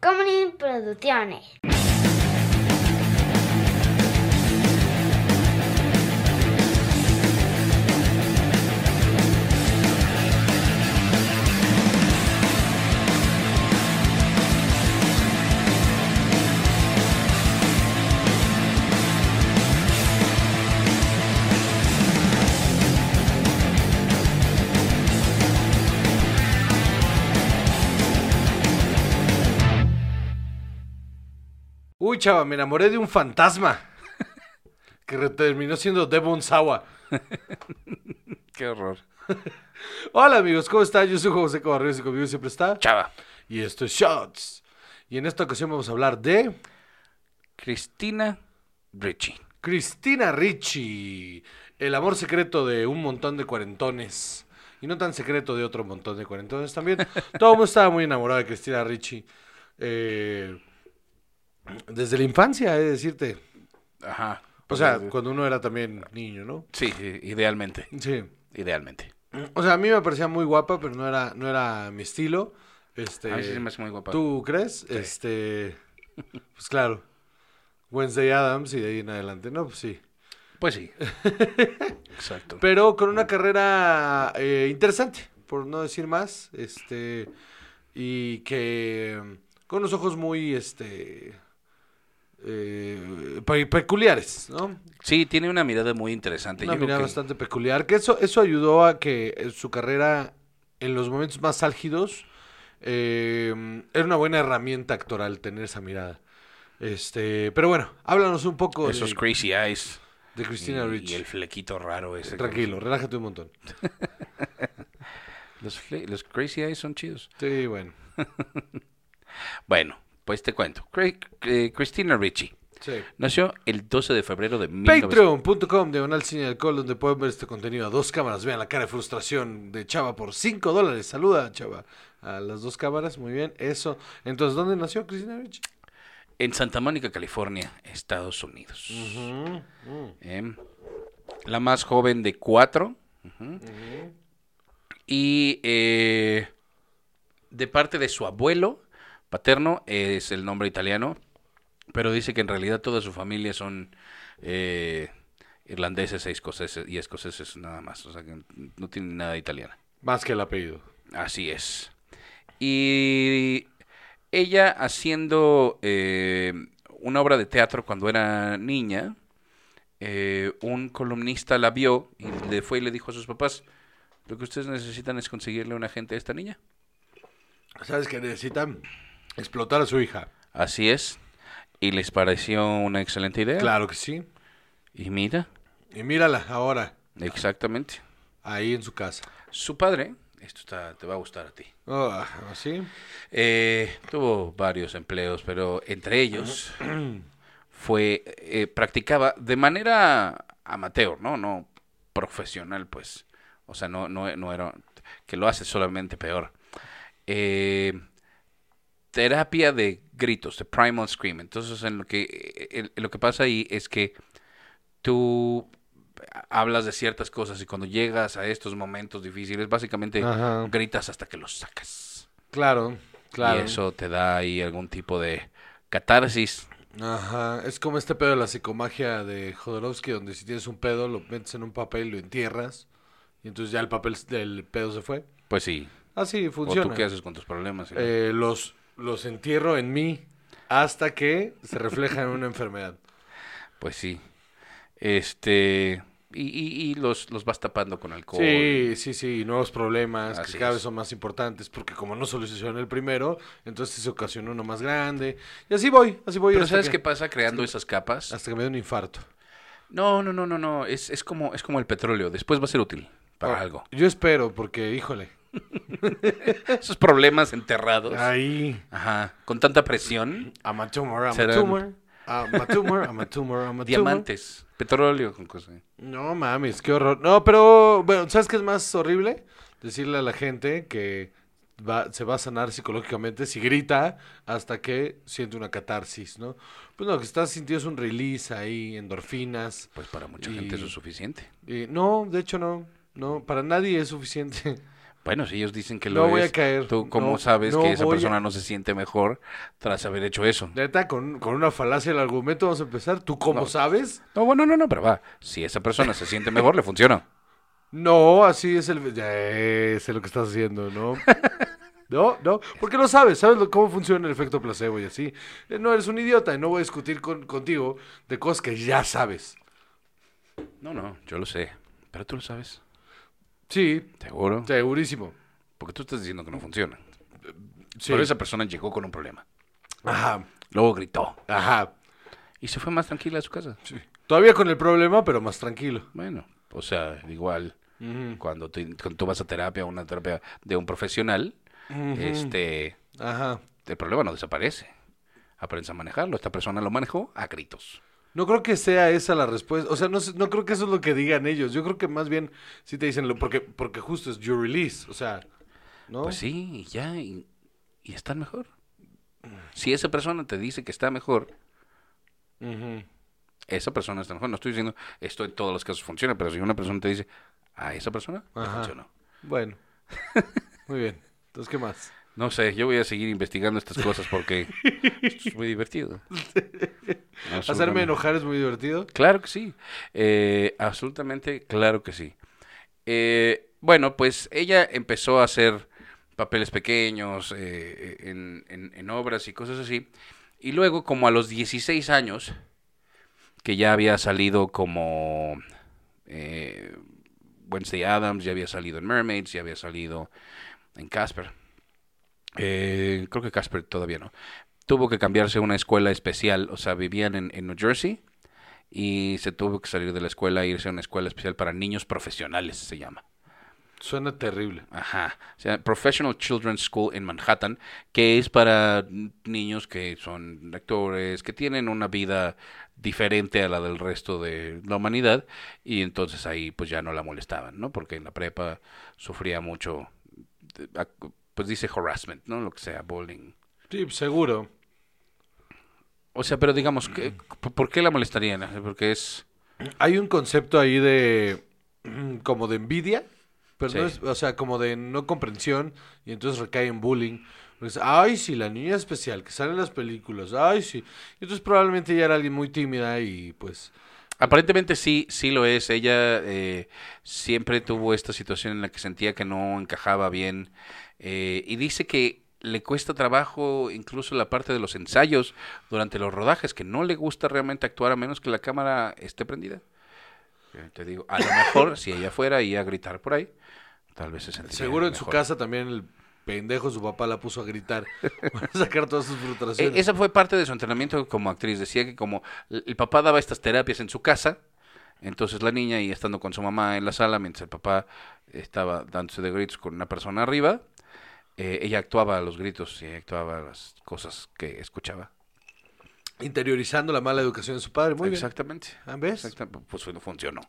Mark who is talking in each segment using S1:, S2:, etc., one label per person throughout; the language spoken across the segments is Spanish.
S1: Comedy Producciones.
S2: Uy, chava, me enamoré de un fantasma. Que re- terminó siendo Devon Sawa.
S3: Qué horror.
S2: Hola amigos, ¿cómo están? Yo soy José Cabarrero y conmigo siempre está.
S3: Chava.
S2: Y esto es Shots. Y en esta ocasión vamos a hablar de
S3: Cristina Ricci.
S2: Cristina Ricci. El amor secreto de un montón de cuarentones. Y no tan secreto de otro montón de cuarentones también. Todo el mundo estaba muy enamorado de Cristina Ricci. eh, desde la infancia, he de decirte.
S3: Ajá.
S2: O sea, cuando uno era también niño, ¿no?
S3: Sí, sí, idealmente.
S2: Sí.
S3: Idealmente.
S2: O sea, a mí me parecía muy guapa, pero no era, no era mi estilo. Este,
S3: A mí sí se me hace muy guapa.
S2: ¿Tú crees? Este, pues claro. Wednesday Adams y de ahí en adelante, ¿no? Pues sí.
S3: Pues sí. Exacto.
S2: Pero con una carrera eh, interesante, por no decir más. Este, y que mm, con unos ojos muy, este, eh, pe- peculiares, ¿no?
S3: Sí, tiene una mirada muy interesante.
S2: Una
S3: Yo creo
S2: mirada
S3: que-
S2: bastante peculiar. Que eso, eso ayudó a que eh, su carrera, en los momentos más álgidos, eh, era una buena herramienta actoral tener esa mirada. Este, pero bueno, háblanos un poco
S3: Esos
S2: de,
S3: crazy eyes.
S2: de Cristina
S3: y,
S2: Ricci.
S3: y el flequito raro ese.
S2: Tranquilo, relájate un montón.
S3: Los, fle- los crazy eyes son chidos.
S2: Sí, bueno.
S3: Bueno, pues te cuento. Cra- eh, Cristina Ricci
S2: Sí.
S3: nació el 12 de febrero de 1900.
S2: Patreon.com, diagonal sin alcohol, donde pueden ver este contenido a dos cámaras. Vean la cara de frustración de Chava por 5 dólares. Saluda, Chava. A las dos cámaras, muy bien, eso. Entonces, ¿dónde nació Cristina Ricci?
S3: En Santa Mónica, California, Estados Unidos. Mm, Em, la más joven de cuatro. Ujú. Y eh, de parte de su abuelo paterno es el nombre italiano, pero dice que en realidad toda su familia son eh, irlandeses e escoceses, y escoceses nada más, o sea que no tienen nada de italiana.
S2: Más que el apellido.
S3: Así es. Y ella haciendo eh, una obra de teatro cuando era niña, eh, un columnista la vio y le fue y le dijo a sus papás, lo que ustedes necesitan es conseguirle un agente a esta niña.
S2: ¿Sabes que necesitan? Explotar a su hija.
S3: Así es. Y les pareció una excelente idea.
S2: Claro que sí.
S3: Y mira,
S2: Y mírala ahora,
S3: exactamente.
S2: ahí en su casa.
S3: Su padre, esto está- te va a gustar a ti.
S2: Ah, ¿Así?
S3: Eh, tuvo varios empleos, pero entre ellos fue eh, practicaba de manera amateur, ¿no? No profesional, pues. O sea, no, no, no era que lo hace solamente peor. Eh, terapia de gritos, de primal scream. Entonces, en lo que eh, en lo que pasa ahí es que tú hablas de ciertas cosas y cuando llegas a estos momentos difíciles, básicamente
S2: Ajá.
S3: gritas hasta que los sacas.
S2: Claro, claro.
S3: Y eso te da ahí algún tipo de catarsis.
S2: Ajá. Es como este pedo de la psicomagia de Jodorowsky, donde si tienes un pedo, lo metes en un papel, lo entierras. Y entonces ya el papel del pedo se fue.
S3: Pues sí.
S2: Así
S3: ¿O
S2: funciona.
S3: tú qué haces con tus problemas?
S2: Eh, los, los entierro en mí hasta que se refleja en una enfermedad. Eh.
S3: Pues sí. Este. Y, y- y los, los vas tapando con alcohol.
S2: Sí, sí, sí, nuevos problemas
S3: Así
S2: que cada
S3: es.
S2: vez son más importantes porque como no solucioné el primero, entonces se ocasionó uno más grande. Y así voy, así voy.
S3: Pero
S2: hasta
S3: ¿sabes
S2: que-
S3: qué pasa creando esas capas?
S2: Hasta que me dio un infarto.
S3: No, no, no, no, no. Es, es como, es como el petróleo. Después va a ser útil para
S2: Ah,
S3: algo.
S2: Yo espero porque, híjole,
S3: Esos problemas enterrados.
S2: ahí,
S3: Ajá. Con tanta presión.
S2: I'm a tumor, I'm a
S3: Serán-
S2: tumor. I'm a tumor, I'm a tumor, I'm a tumor.
S3: Diamantes. Petróleo con cosas.
S2: No mames, qué horror. No, pero, bueno, ¿sabes qué es más horrible? Decirle a la gente que va, se va a sanar psicológicamente si grita hasta que siente una catarsis, ¿no? Pues no, lo que estás sintiendo es un release ahí, endorfinas.
S3: Pues para mucha
S2: Y-
S3: gente eso es suficiente.
S2: Y no, de hecho no. No, para nadie es suficiente.
S3: Bueno, si ellos dicen que
S2: No
S3: lo
S2: voy a
S3: es,
S2: caer,
S3: ¿tú cómo
S2: no,
S3: sabes
S2: no
S3: que esa
S2: voy a-
S3: persona no se siente mejor tras haber hecho eso?
S2: Neta, con, con una falacia del argumento vamos a empezar. ¿Tú cómo
S3: No.
S2: sabes?
S3: No, bueno, no, no, pero va. Si esa persona se siente mejor, le funciona.
S2: No, así es el... Ya sé lo que estás haciendo, ¿no? No, no, porque no sabes, sabes lo- cómo funciona el efecto placebo y así. Eh, No eres un idiota y no voy a discutir con- contigo de cosas que ya sabes.
S3: No, no, yo lo sé. Pero tú lo sabes.
S2: Sí,
S3: Seguro.
S2: segurísimo.
S3: Porque tú estás diciendo que no funciona.
S2: Sí.
S3: Pero esa persona llegó con un problema.
S2: Ajá,
S3: Luego gritó.
S2: ajá.
S3: Y se fue más tranquila a su casa.
S2: sí. Todavía con el problema, pero más tranquilo.
S3: Bueno, o sea, igual. Cuando, tú- cuando tú vas a terapia, una terapia de un profesional, este,
S2: Ajá.
S3: el problema no desaparece. Aprendes a manejarlo. Esta persona lo manejó a gritos.
S2: No creo que sea esa la respuesta. O sea, no, sé- no creo que eso es lo que digan ellos. Yo creo que más bien sí te dicen lo porque porque justo es your release, o sea, ¿no?
S3: Pues sí, y ya, y, y están mejor. Si esa persona te dice que está mejor,
S2: Ujú.
S3: esa persona está mejor. No estoy diciendo esto en todos los casos funciona, pero si una persona te dice, a esa persona, no
S2: Ajá.
S3: funcionó.
S2: Bueno. Muy bien. Entonces, ¿qué más?
S3: No sé, yo voy a seguir investigando estas cosas porque esto es muy divertido.
S2: Hacerme
S3: Absolutamente.
S2: enojar es muy divertido.
S3: Claro que sí. Eh, absolutamente, claro que sí. Eh, bueno, pues ella empezó a hacer papeles pequeños eh, en, en- en obras y cosas así. Y luego, como a los 16 años, que ya había salido como eh, Wednesday Adams, ya había salido en Mermaids, ya había salido en Casper. Eh, creo que Casper todavía no. Tuvo que cambiarse a una escuela especial, o sea, vivían en, en New Jersey y se tuvo que salir de la escuela e irse a una escuela especial para niños profesionales, se llama.
S2: Suena terrible.
S3: Ajá. O sea, Professional Children's School en Manhattan, que es para niños que son actores, que tienen una vida diferente a la del resto de la humanidad, y entonces ahí pues ya no la molestaban, ¿no? Porque en la prepa sufría mucho, de- ac- pues dice harassment, ¿no? Lo que sea, bullying.
S2: Sí, pues, seguro.
S3: O sea, pero digamos, ¿qué- p- ¿por qué la molestarían? Porque es...
S2: Hay un concepto ahí de mm, como de envidia, pero no
S3: Sí.
S2: es, o sea, como de no comprensión y entonces recae en bullying. Pues, ay, sí, la niña especial que sale en las películas. Ay, sí. Y entonces probablemente ella era alguien muy tímida y pues
S3: Aparentemente sí, sí lo es. Ella eh, siempre tuvo esta situación en la que sentía que no encajaba bien eh, y dice que le cuesta trabajo incluso la parte de los ensayos durante los rodajes, que no le gusta realmente actuar a menos que la cámara esté prendida. Eh, Te digo, a lo mejor si ella fuera y a gritar por ahí, tal vez se sentiría
S2: seguro en su
S3: mejor.
S2: casa también el pendejo su papá la puso a gritar para sacar todas sus
S3: Eh,
S2: frustraciones.
S3: esa fue parte de su entrenamiento como actriz. Decía que como l- el papá daba estas terapias en su casa, entonces la niña y estando con su mamá en la sala, mientras el papá estaba dándose de gritos con una persona arriba, eh, ella actuaba a los gritos y actuaba a las cosas que escuchaba.
S2: Interiorizando la mala educación de su padre. Muy bien.
S3: Exactamente.
S2: Ah, ¿Ves?
S3: Exacta- Pues no funcionó.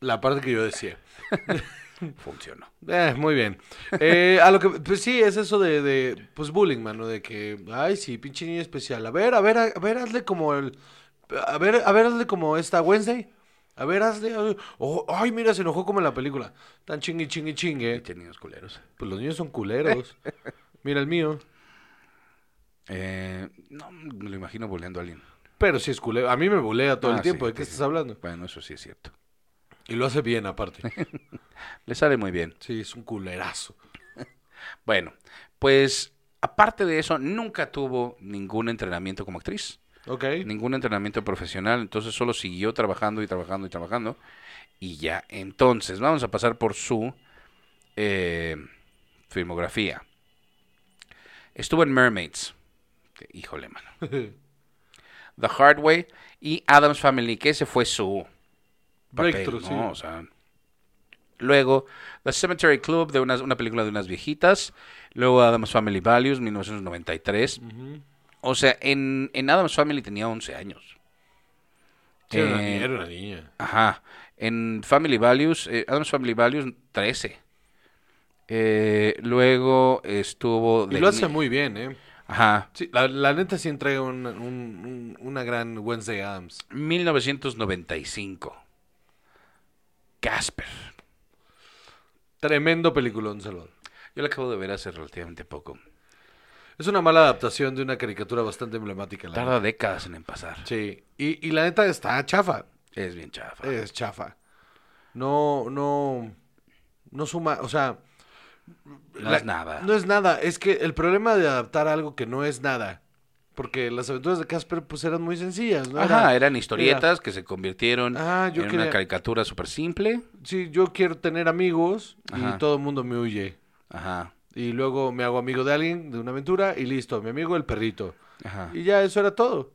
S2: La parte que yo decía.
S3: Funcionó.
S2: Eh, muy bien. Eh, a lo que, pues sí, es eso de, de, pues bullying, mano, de que, ay, sí, pinche niño especial. A ver, a ver, a, a ver, hazle como el, a ver, a ver, hazle como esta Wednesday. A ver, hazle, ay, oh, ay, mira, se enojó como en la película. Tan chingue, chingue, chingue.
S3: Pinche niños culeros.
S2: Pues los niños son culeros. Mira el mío.
S3: Eh, no, me lo imagino boleando a alguien.
S2: Pero sí es culero. A mí me bulea todo
S3: Ah,
S2: el tiempo.
S3: sí,
S2: ¿De qué
S3: sí,
S2: estás hablando?
S3: Bueno, eso sí es cierto.
S2: Y lo hace bien, aparte.
S3: Le sale muy bien.
S2: Sí, es un culerazo.
S3: Bueno, pues aparte de eso, nunca tuvo ningún entrenamiento como actriz,
S2: Ok.
S3: ningún entrenamiento profesional, entonces solo siguió trabajando y trabajando y trabajando. Y ya, entonces, vamos a pasar por su eh, filmografía. Estuvo en Mermaids, que, híjole, mano. The Hard Way y Adam's Family, que ese fue su papel,
S2: Breakthrough,
S3: ¿no?
S2: sí.
S3: O sea, luego The Cemetery Club, de unas, una película de unas viejitas. Luego Adam's Family Values, 1993.
S2: Ujú.
S3: O sea, en, en Adam's Family tenía 11 años.
S2: Sí, era, una
S3: Eh,
S2: niña, era una niña.
S3: Ajá. En Family Values, eh, Adam's Family Values, 13. Eh, luego estuvo...
S2: Y
S3: de
S2: lo hace
S3: ni-
S2: muy bien, ¿eh?
S3: Ajá.
S2: Sí, la, la neta sí entrega un- un- un- una gran Wednesday Adams.
S3: 1995. Casper.
S2: Tremendo peliculón, Salvador.
S3: Yo la acabo de ver hace relativamente poco.
S2: Es una mala adaptación de una caricatura bastante emblemática. La
S3: Tarda décadas en empezar.
S2: neta. Sí. Y, y la neta está chafa.
S3: Es bien chafa.
S2: Es chafa. No, no, no suma, o sea,
S3: no
S2: La-
S3: es nada.
S2: No es nada. Es que el problema de adaptar algo que no es nada. Porque las aventuras de Casper pues eran muy sencillas, ¿no?
S3: Ajá,
S2: Era,
S3: eran historietas que se convirtieron
S2: Ah,
S3: en
S2: yo
S3: una
S2: quería-
S3: caricatura súper simple.
S2: Sí, yo quiero tener amigos y
S3: Ajá.
S2: todo el mundo me huye.
S3: Ajá,
S2: Y luego me hago amigo de alguien, de una aventura, y listo, mi amigo el perrito.
S3: ajá.
S2: Y ya eso era todo.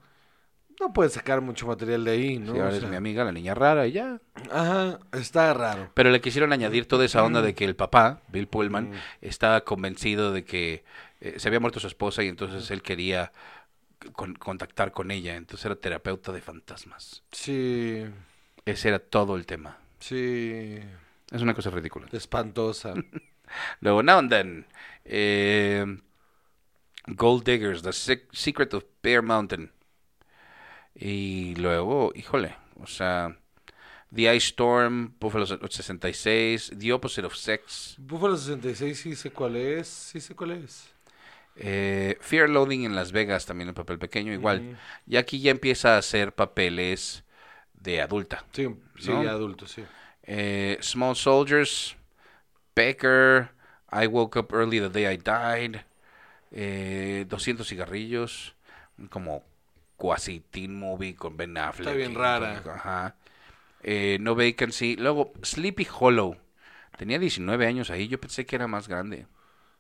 S2: No puedes sacar mucho material de ahí, ¿no?
S3: Sí, ahora
S2: O
S3: es
S2: sea,
S3: mi amiga, la niña rara y ya.
S2: Ajá, está raro.
S3: Pero le quisieron añadir toda esa onda de que el papá, Bill
S2: Mm.
S3: Pullman, estaba convencido de que eh, se había muerto su esposa y entonces él quería con- contactar con ella. Entonces era terapeuta de fantasmas.
S2: Sí,
S3: Ese era todo el tema.
S2: sí,
S3: Es una cosa ridícula.
S2: espantosa.
S3: Luego, now and then. eh, Gold Diggers, The Sec- Secret of Bear Mountain. Y luego, híjole, o sea, The Ice Storm, Buffalo 66, The Opposite of Sex.
S2: Buffalo 66 sí sé cuál es, sí sé cuál es.
S3: Eh, Fear Loading en Las Vegas, también el papel pequeño, igual. Y aquí ya empieza a hacer papeles de adulta.
S2: Sí, sí,
S3: ¿No?
S2: adulto, sí.
S3: Eh, Small Soldiers, Becker, I Woke Up Early the Day I Died, eh, 200 cigarrillos, como cuasi teen movie con Ben Affleck.
S2: Está bien
S3: y-
S2: rara.
S3: Ajá. Eh, no Vacancy. Luego, Sleepy Hollow. Tenía 19 años ahí, yo pensé que era más grande.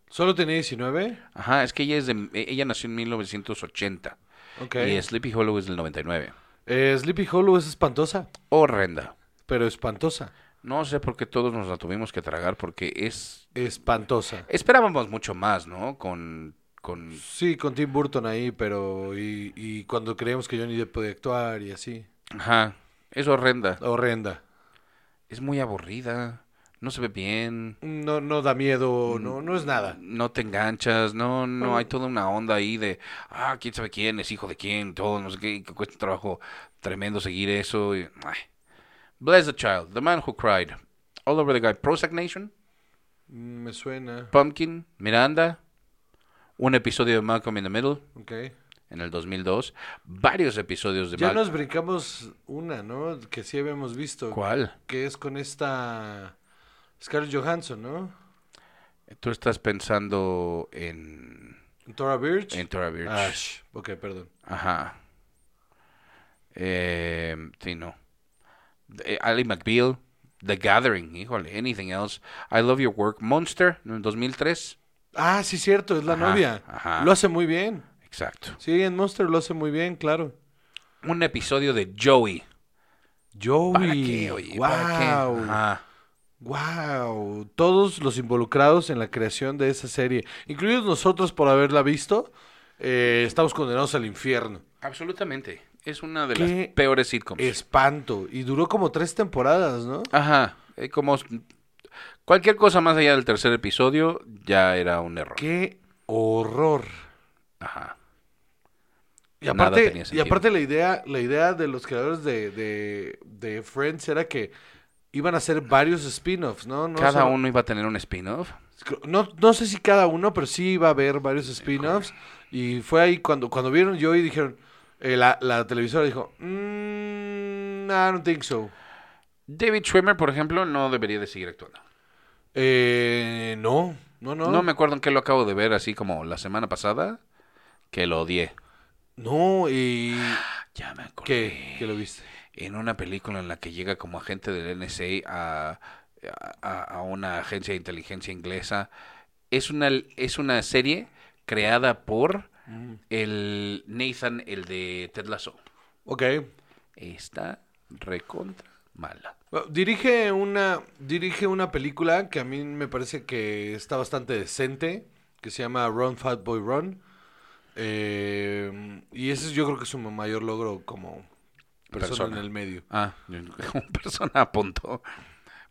S2: ¿Solo tenía 19?
S3: Ajá, es que ella es de- e- ella nació en 1980
S2: Ok.
S3: y Sleepy Hollow es del 99.
S2: Eh, Sleepy Hollow es espantosa,
S3: Horrenda.
S2: pero espantosa.
S3: No sé por qué todos nos la tuvimos que tragar porque es
S2: Espantosa.
S3: esperábamos mucho más, ¿no? Con con
S2: Sí, con Tim Burton ahí, pero... Y, y cuando creíamos que Johnny Depp podía actuar y así.
S3: ajá, es horrenda.
S2: Horrenda.
S3: Es muy aburrida, no se ve bien,
S2: No, no da miedo,
S3: Mm.
S2: no, no es nada.
S3: no te enganchas, no no hay toda una onda ahí de ah, quién sabe quién es hijo de quién, todo, no sé qué, y que cuesta un trabajo tremendo seguir eso y- ay. Bless the Child, The Man Who Cried, All Over the Guy, Prozac Nation.
S2: Mm, Me suena.
S3: Pumpkin, Miranda, un episodio de Malcolm in the Middle
S2: Ok.
S3: en el 2002, varios episodios de
S2: Ya
S3: Malcolm.
S2: nos brincamos una, ¿no? Que sí habíamos visto.
S3: ¿Cuál?
S2: Que es con esta... Scarlett Johansson, ¿no?
S3: Tú estás pensando en,
S2: Tora Birch.
S3: en Tara Birch.
S2: Ash. Ok, perdón.
S3: Ajá. Eh, sí, no. Eh, Ali McBeal, The Gathering, híjole, Anything Else, I Love Your Work, Monster, en el 2003.
S2: Ah, sí, cierto, es la
S3: Ajá,
S2: novia.
S3: ajá.
S2: Lo hace muy bien.
S3: Exacto.
S2: Sí, en Monster lo hace muy bien, claro.
S3: Un episodio de Joey.
S2: Joey.
S3: ¿Para qué, oye? ¿Para qué?
S2: Wow.
S3: Ajá.
S2: Wow. Todos los involucrados en la creación de esa serie, incluidos nosotros por haberla visto, eh, estamos condenados al infierno.
S3: Absolutamente. Es una de
S2: Qué
S3: las peores sitcoms.
S2: Espanto. Y duró como tres temporadas, ¿no?
S3: Ajá. eh, como s- cualquier cosa más allá del tercer episodio ya era un error.
S2: Qué horror.
S3: Ajá.
S2: Y
S3: Nada
S2: aparte,
S3: tenía
S2: y
S3: sentido.
S2: aparte la idea, la idea de los creadores de, de, de Friends era que iban a hacer varios spin-offs, ¿no? No
S3: Cada
S2: solo-
S3: uno iba a tener un spin-off.
S2: Creo- No, no sé si cada uno, pero sí iba a haber varios spin-offs. Y fue ahí cuando, cuando vieron yo y dijeron, eh, la, la televisora dijo, mmm, I don't think so.
S3: David Schwimmer, por ejemplo, no debería de seguir actuando.
S2: Eh, no, no, no.
S3: No, me acuerdo en qué lo acabo de ver, así como la semana pasada, que lo odié.
S2: No, y...
S3: Ya me acordé.
S2: ¿Qué? ¿Qué lo viste?
S3: En una película en la que llega como agente del NSA a, a- a una agencia de inteligencia inglesa. Es una, es una serie creada por
S2: Mm.
S3: el Nathan, el de Ted Lasso.
S2: Ok.
S3: Está recontra mala.
S2: Bueno, Dirige una, dirige una película que a mí me parece que está bastante decente, que se llama Run Fat Boy Run. Eh, y ese es- yo creo que es su mayor logro como persona.
S3: Persona.
S2: en el medio.
S3: Ah, yo- como persona apuntó.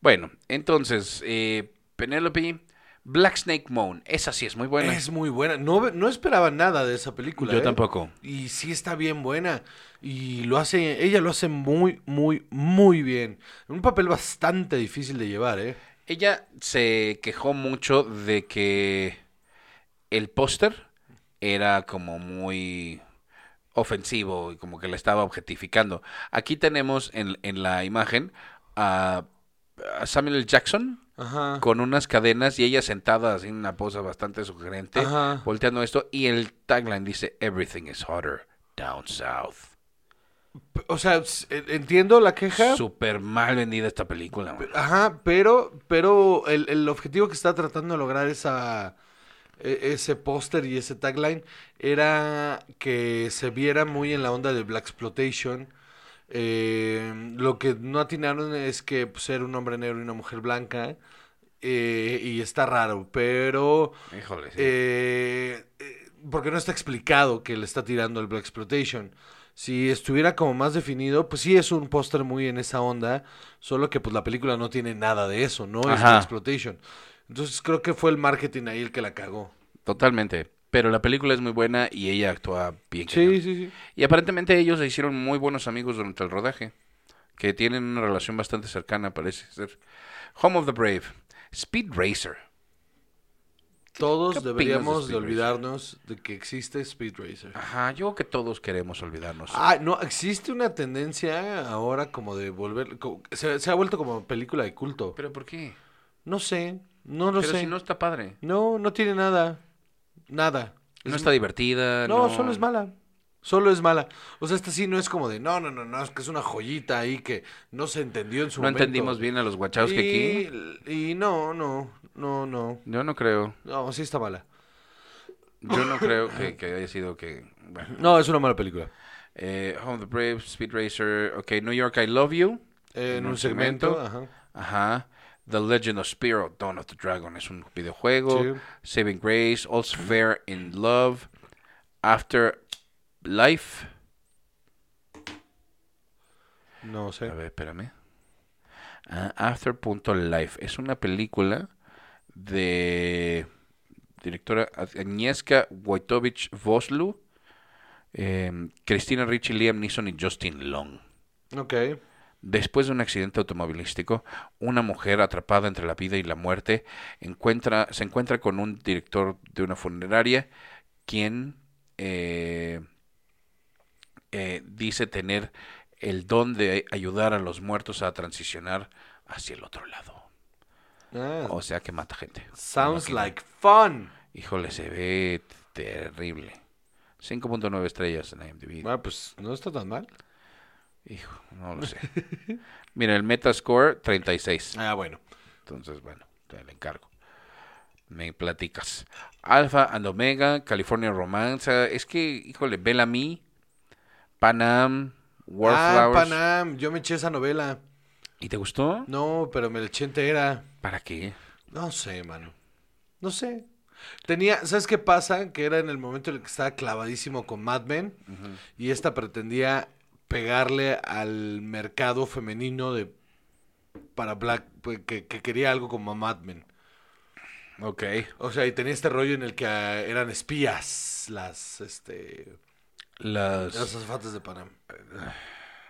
S3: Bueno, entonces, eh, Penélope, Black Snake Moan. Esa sí es muy buena.
S2: Es muy buena. No, ve- no esperaba nada de esa película.
S3: Yo
S2: ¿eh?
S3: tampoco.
S2: Y sí está bien buena. Y lo hace, ella lo hace muy, muy, muy bien. Un papel bastante difícil de llevar, ¿eh?
S3: Ella se quejó mucho de que el póster era como muy ofensivo y como que la estaba objetificando. Aquí tenemos en, en la imagen a, a Samuel L. Jackson
S2: Ajá.
S3: con unas cadenas y ella sentada así en una posa bastante sugerente,
S2: Ajá.
S3: volteando esto y el tagline dice Everything is hotter down south.
S2: O sea, s- en- entiendo la queja.
S3: Súper mal vendida esta película. man.
S2: Ajá, pero, pero el, el objetivo que está tratando de lograr esa, e- ese póster y ese tagline era que se viera muy en la onda de Black Exploitation. Eh, lo que no atinaron es que pues, era un hombre negro y una mujer blanca. eh, y está raro, pero
S3: Híjole. sí.
S2: eh, eh, porque no está explicado que le está tirando el Black Exploitation. Si estuviera como más definido, pues sí es un póster muy en esa onda, solo que pues la película no tiene nada de eso, no es
S3: Ajá.
S2: Black Exploitation. Entonces creo que fue el marketing ahí el que la cagó.
S3: Totalmente. Pero la película es muy buena y ella actúa bien.
S2: Sí,
S3: cañón.
S2: sí, sí.
S3: Y aparentemente ellos se hicieron muy buenos amigos durante el rodaje, que tienen una relación bastante cercana, parece ser. Home of the Brave, Speed Racer. qué
S2: Todos
S3: opinas de
S2: deberíamos de,
S3: Speed Racer? Ah,
S2: olvidarnos de que existe Speed Racer.
S3: Ajá, yo creo que todos queremos olvidarnos.
S2: Ah, no, existe una tendencia ahora como de volver... como- se, se ha vuelto como película de culto.
S3: ¿Pero por qué?
S2: No sé, no lo
S3: Pero
S2: sé.
S3: si no está padre.
S2: No, no tiene nada. Nada.
S3: No
S2: Es-
S3: está divertida.
S2: Ah, no, solo es mala. Solo es mala. O sea, esta sí no es como de, no, no, no, no, es que es una joyita ahí que no se entendió en su
S3: No
S2: momento.
S3: entendimos bien a los guachados que aquí.
S2: Y, y no, no, no, no.
S3: Yo no creo.
S2: No, sí está mala.
S3: Yo no creo que, que haya sido que... Bueno.
S2: No, es una mala película.
S3: Eh, Home of the Brave, Speed Racer, ok, New York, I Love You.
S2: en un segmento, ah. ajá.
S3: Ajá. The Legend of Spiro, Dawn of the Dragon es un videojuego.
S2: Sí.
S3: Saving Grace, All's Fair in Love, After Life.
S2: No sé.
S3: A ver, espérame. Ah, After.life es una película de directora Agnieszka Wojtowicz Voslu, eh, Cristina Ricci, Liam Neeson y Justin Long.
S2: Ok.
S3: Después de un accidente automovilístico, una mujer atrapada entre la vida y la muerte encuentra, se encuentra con un director de una funeraria quien eh, eh, dice tener el don de ayudar a los muertos a transicionar hacia el otro lado.
S2: Ah,
S3: O sea que mata gente.
S2: sounds
S3: Imagínate.
S2: like fun.
S3: Híjole, se ve terrible. 5.9 estrellas en IMDb.
S2: Ah, pues no está tan mal.
S3: Hijo, no lo sé. Mira, el Metascore 36.
S2: Ah, bueno.
S3: Entonces, bueno, te la encargo. Me platicas. Alfa and Omega, California Romance. eh, Es que, híjole, Bellamy, Panam,
S2: Ah,
S3: Warflowers.
S2: Panam, yo me eché esa novela.
S3: ¿Y te gustó?
S2: No, pero me la eché entera.
S3: ¿Para qué?
S2: No sé, mano. No sé. Tenía, ¿sabes qué pasa? Que era en el momento en el que estaba clavadísimo con Mad Men y esta pretendía pegarle al mercado femenino de para Black pues, que, que quería algo como Mad Men.
S3: Ok.
S2: O sea, y tenía este rollo en el que ah, eran espías las este
S3: Las...
S2: las azafatas de Panam.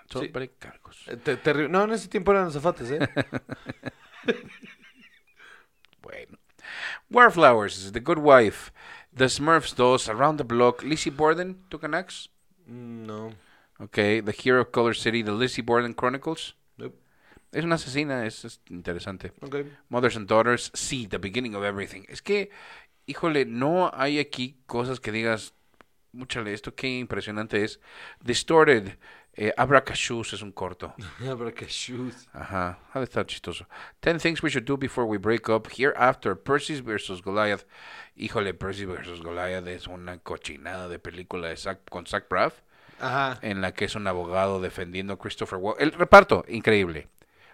S3: Sobrecargos.
S2: Eh, te- terri- no, en ese tiempo eran azafatas, ¿eh?
S3: Bueno. Warflowers, The Good Wife, The Smurfs 2, Around the Block, Lizzie Borden, Tucanax.
S2: no.
S3: Ok. The Hero of Color City, The Lizzie Borden Chronicles.
S2: Nope.
S3: Es una asesina, es- es interesante.
S2: Ok.
S3: Mothers and Daughters, sí, The Beginning of Everything. Es que, híjole, no hay aquí cosas que digas, de esto qué impresionante es. Distorted, eh, Abracashus es un corto.
S2: Habrá que shoes.
S3: Ajá, ha de estar chistoso. Ten Things We Should Do Before We Break Up, Hereafter, Percy vs. Goliath. Híjole, Percy vs. Goliath es una cochinada de película de Zac- con Zach Braff,
S2: Ajá.
S3: en la que es un abogado defendiendo a Christopher Walken. El reparto, increíble.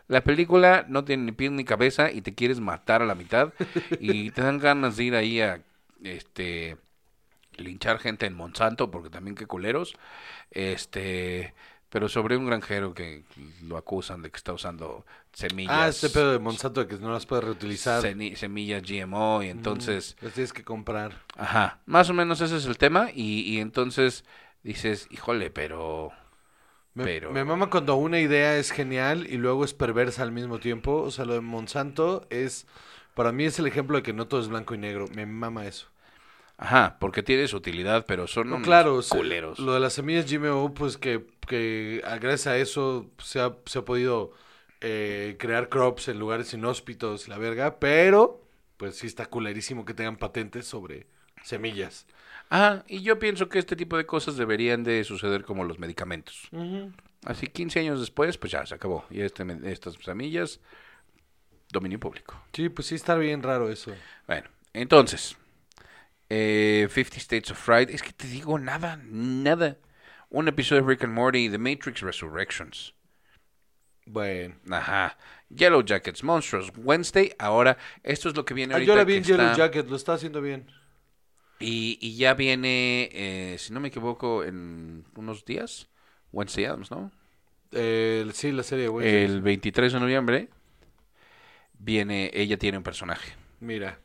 S3: La película no tiene ni pies ni cabeza y te quieres matar a la mitad y te dan ganas de ir ahí a este linchar gente en Monsanto porque también qué culeros. Este, pero sobre un granjero que lo acusan de que está usando semillas
S2: Ah, este pedo de Monsanto de que no las puedes reutilizar. Mm,
S3: seni- semillas GMO y entonces,
S2: Las tienes que comprar.
S3: ajá, más o menos ese es el tema y, y entonces dices, "Híjole, pero
S2: Me,
S3: Pero-
S2: me mama cuando una idea es genial y luego es perversa al mismo tiempo. O sea, lo de Monsanto es, para mí es el ejemplo de que no todo es blanco y negro. Me mama eso.
S3: Ajá, porque tienes utilidad, pero son
S2: No,
S3: unos
S2: claro, o sea,
S3: Mm, culeros.
S2: lo de las semillas GMO, pues que, que a- gracias a eso se ha, se ha podido eh, crear crops en lugares inhóspitos, y la verga, pero pues sí está culerísimo que tengan patentes sobre semillas.
S3: Ajá, y yo pienso que este tipo de cosas deberían de suceder como los medicamentos. Así 15 años después, pues ya se acabó. Y este, me- estas semillas, dominio público.
S2: Sí, pues sí está bien raro eso.
S3: Bueno, entonces, eh, 50 States of Fright, es que te digo nada, nada. Un episodio de Rick and Morty, The Matrix Resurrections.
S2: Bueno.
S3: Ajá. Yellow Jackets, Monsters, Wednesday. Ahora, esto es lo que viene
S2: Ah,
S3: ahorita.
S2: yo la vi
S3: que
S2: en Yellow
S3: está-
S2: Jacket, lo está haciendo bien.
S3: Y, y ya viene, eh, si no me equivoco, en unos días, Wednesday Adams, ¿no?
S2: Eh, sí, la serie, güey.
S3: El 23 de noviembre viene, ella tiene un personaje.
S2: Mira,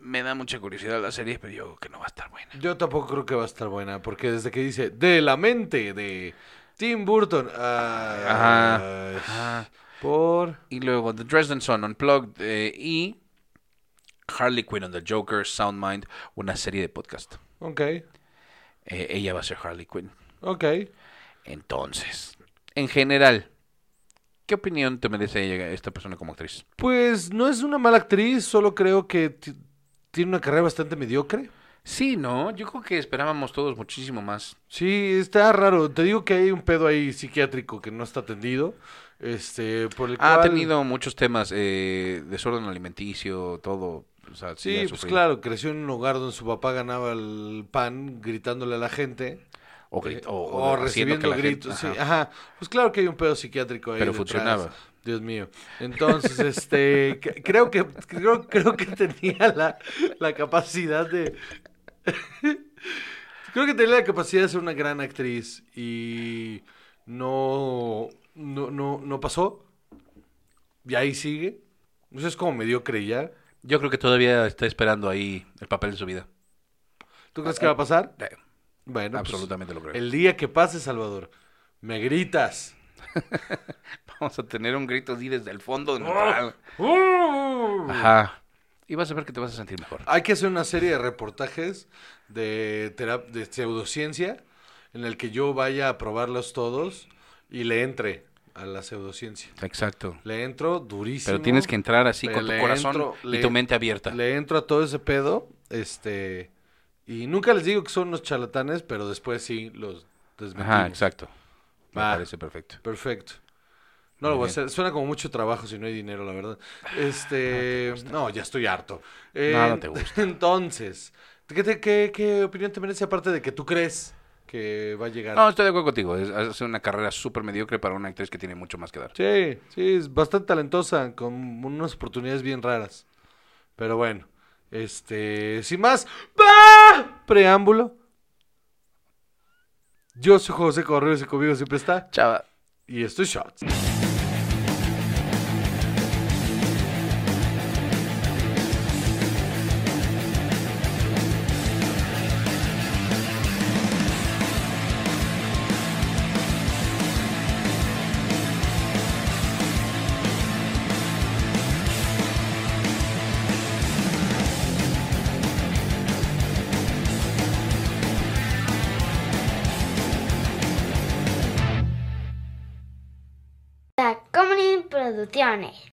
S3: Me da mucha curiosidad la serie, pero yo creo que no va a estar buena.
S2: yo tampoco creo que va a estar buena, porque desde que dice de la mente de Tim Burton. ah,
S3: Ajá. Ajá.
S2: Por.
S3: Y luego The Dresden Sun Unplugged eh, y Harley Quinn on the Joker, Soundmind, una serie de podcast.
S2: Ok,
S3: Eh, ella va a ser Harley Quinn.
S2: ok.
S3: Entonces, en general, ¿qué opinión te merece ella- esta persona como actriz?
S2: Pues no es una mala actriz, solo creo que ti- tiene una carrera bastante mediocre.
S3: Sí, ¿no? Yo creo que esperábamos todos muchísimo más.
S2: Sí, está raro. Te digo que hay un pedo ahí psiquiátrico que no está atendido. Este, por el
S3: Ha
S2: cual-
S3: tenido muchos temas, eh, desorden alimenticio, todo. o sea, sí,
S2: Sí,
S3: ha
S2: pues
S3: sufrido.
S2: claro, creció en un hogar donde su papá ganaba el pan gritándole a la gente.
S3: O, grit-
S2: Eh,
S3: o-
S2: o
S3: o haciendo que
S2: recibiendo
S3: la gente-
S2: gritos. sí,
S3: ajá.
S2: ajá. Pues claro que hay un pedo psiquiátrico ahí.
S3: Pero
S2: detrás.
S3: funcionaba.
S2: Dios mío. Entonces, este, cre- creo que creo, creo que tenía la, la capacidad de. creo que tenía la capacidad de ser una gran actriz. Y no, no, no, no pasó. Y ahí sigue. Eso es como mediocre ya.
S3: Yo creo que todavía está esperando ahí el papel de su vida.
S2: ¿Tú crees que va a pasar?
S3: Eh,
S2: Bueno, pues,
S3: Absolutamente lo creo.
S2: el día que pase, Salvador, me gritas.
S3: Vamos a tener un grito así desde el fondo de nuestra alma.
S2: ¡Uh!
S3: Ajá. Y vas a ver que te vas a sentir mejor.
S2: Hay que hacer una serie de reportajes de, terap- de pseudociencia en el que yo vaya a probarlos todos y le entre a la pseudociencia.
S3: Exacto.
S2: Le entro durísimo.
S3: Pero tienes que entrar así
S2: Pero
S3: con tu
S2: le
S3: corazón
S2: entro-
S3: y
S2: le-
S3: tu mente abierta.
S2: Le entro a todo ese pedo, este... Y nunca les digo que son unos charlatanes, pero después sí los desmentimos.
S3: Ajá, exacto. Me
S2: Va.
S3: parece perfecto.
S2: Perfecto. No lo
S3: Muy
S2: voy a
S3: bien.
S2: hacer. Suena como mucho trabajo si no hay dinero, la verdad. Este. no, ya estoy harto. Eh,
S3: Nada te gusta.
S2: Entonces, ¿qué, te- qué, qué opinión te merece aparte de que tú crees que va a llegar?
S3: No, estoy de acuerdo contigo. Es, hace una carrera súper mediocre para una actriz que tiene mucho más que dar.
S2: Sí, sí, es bastante talentosa, con unas oportunidades bien raras. Pero bueno, este. Sin más, ¡ah! preámbulo. Yo soy José Correos y conmigo siempre está.
S3: Chava.
S2: Y esto es Shots.
S1: Tacomunin Producciones.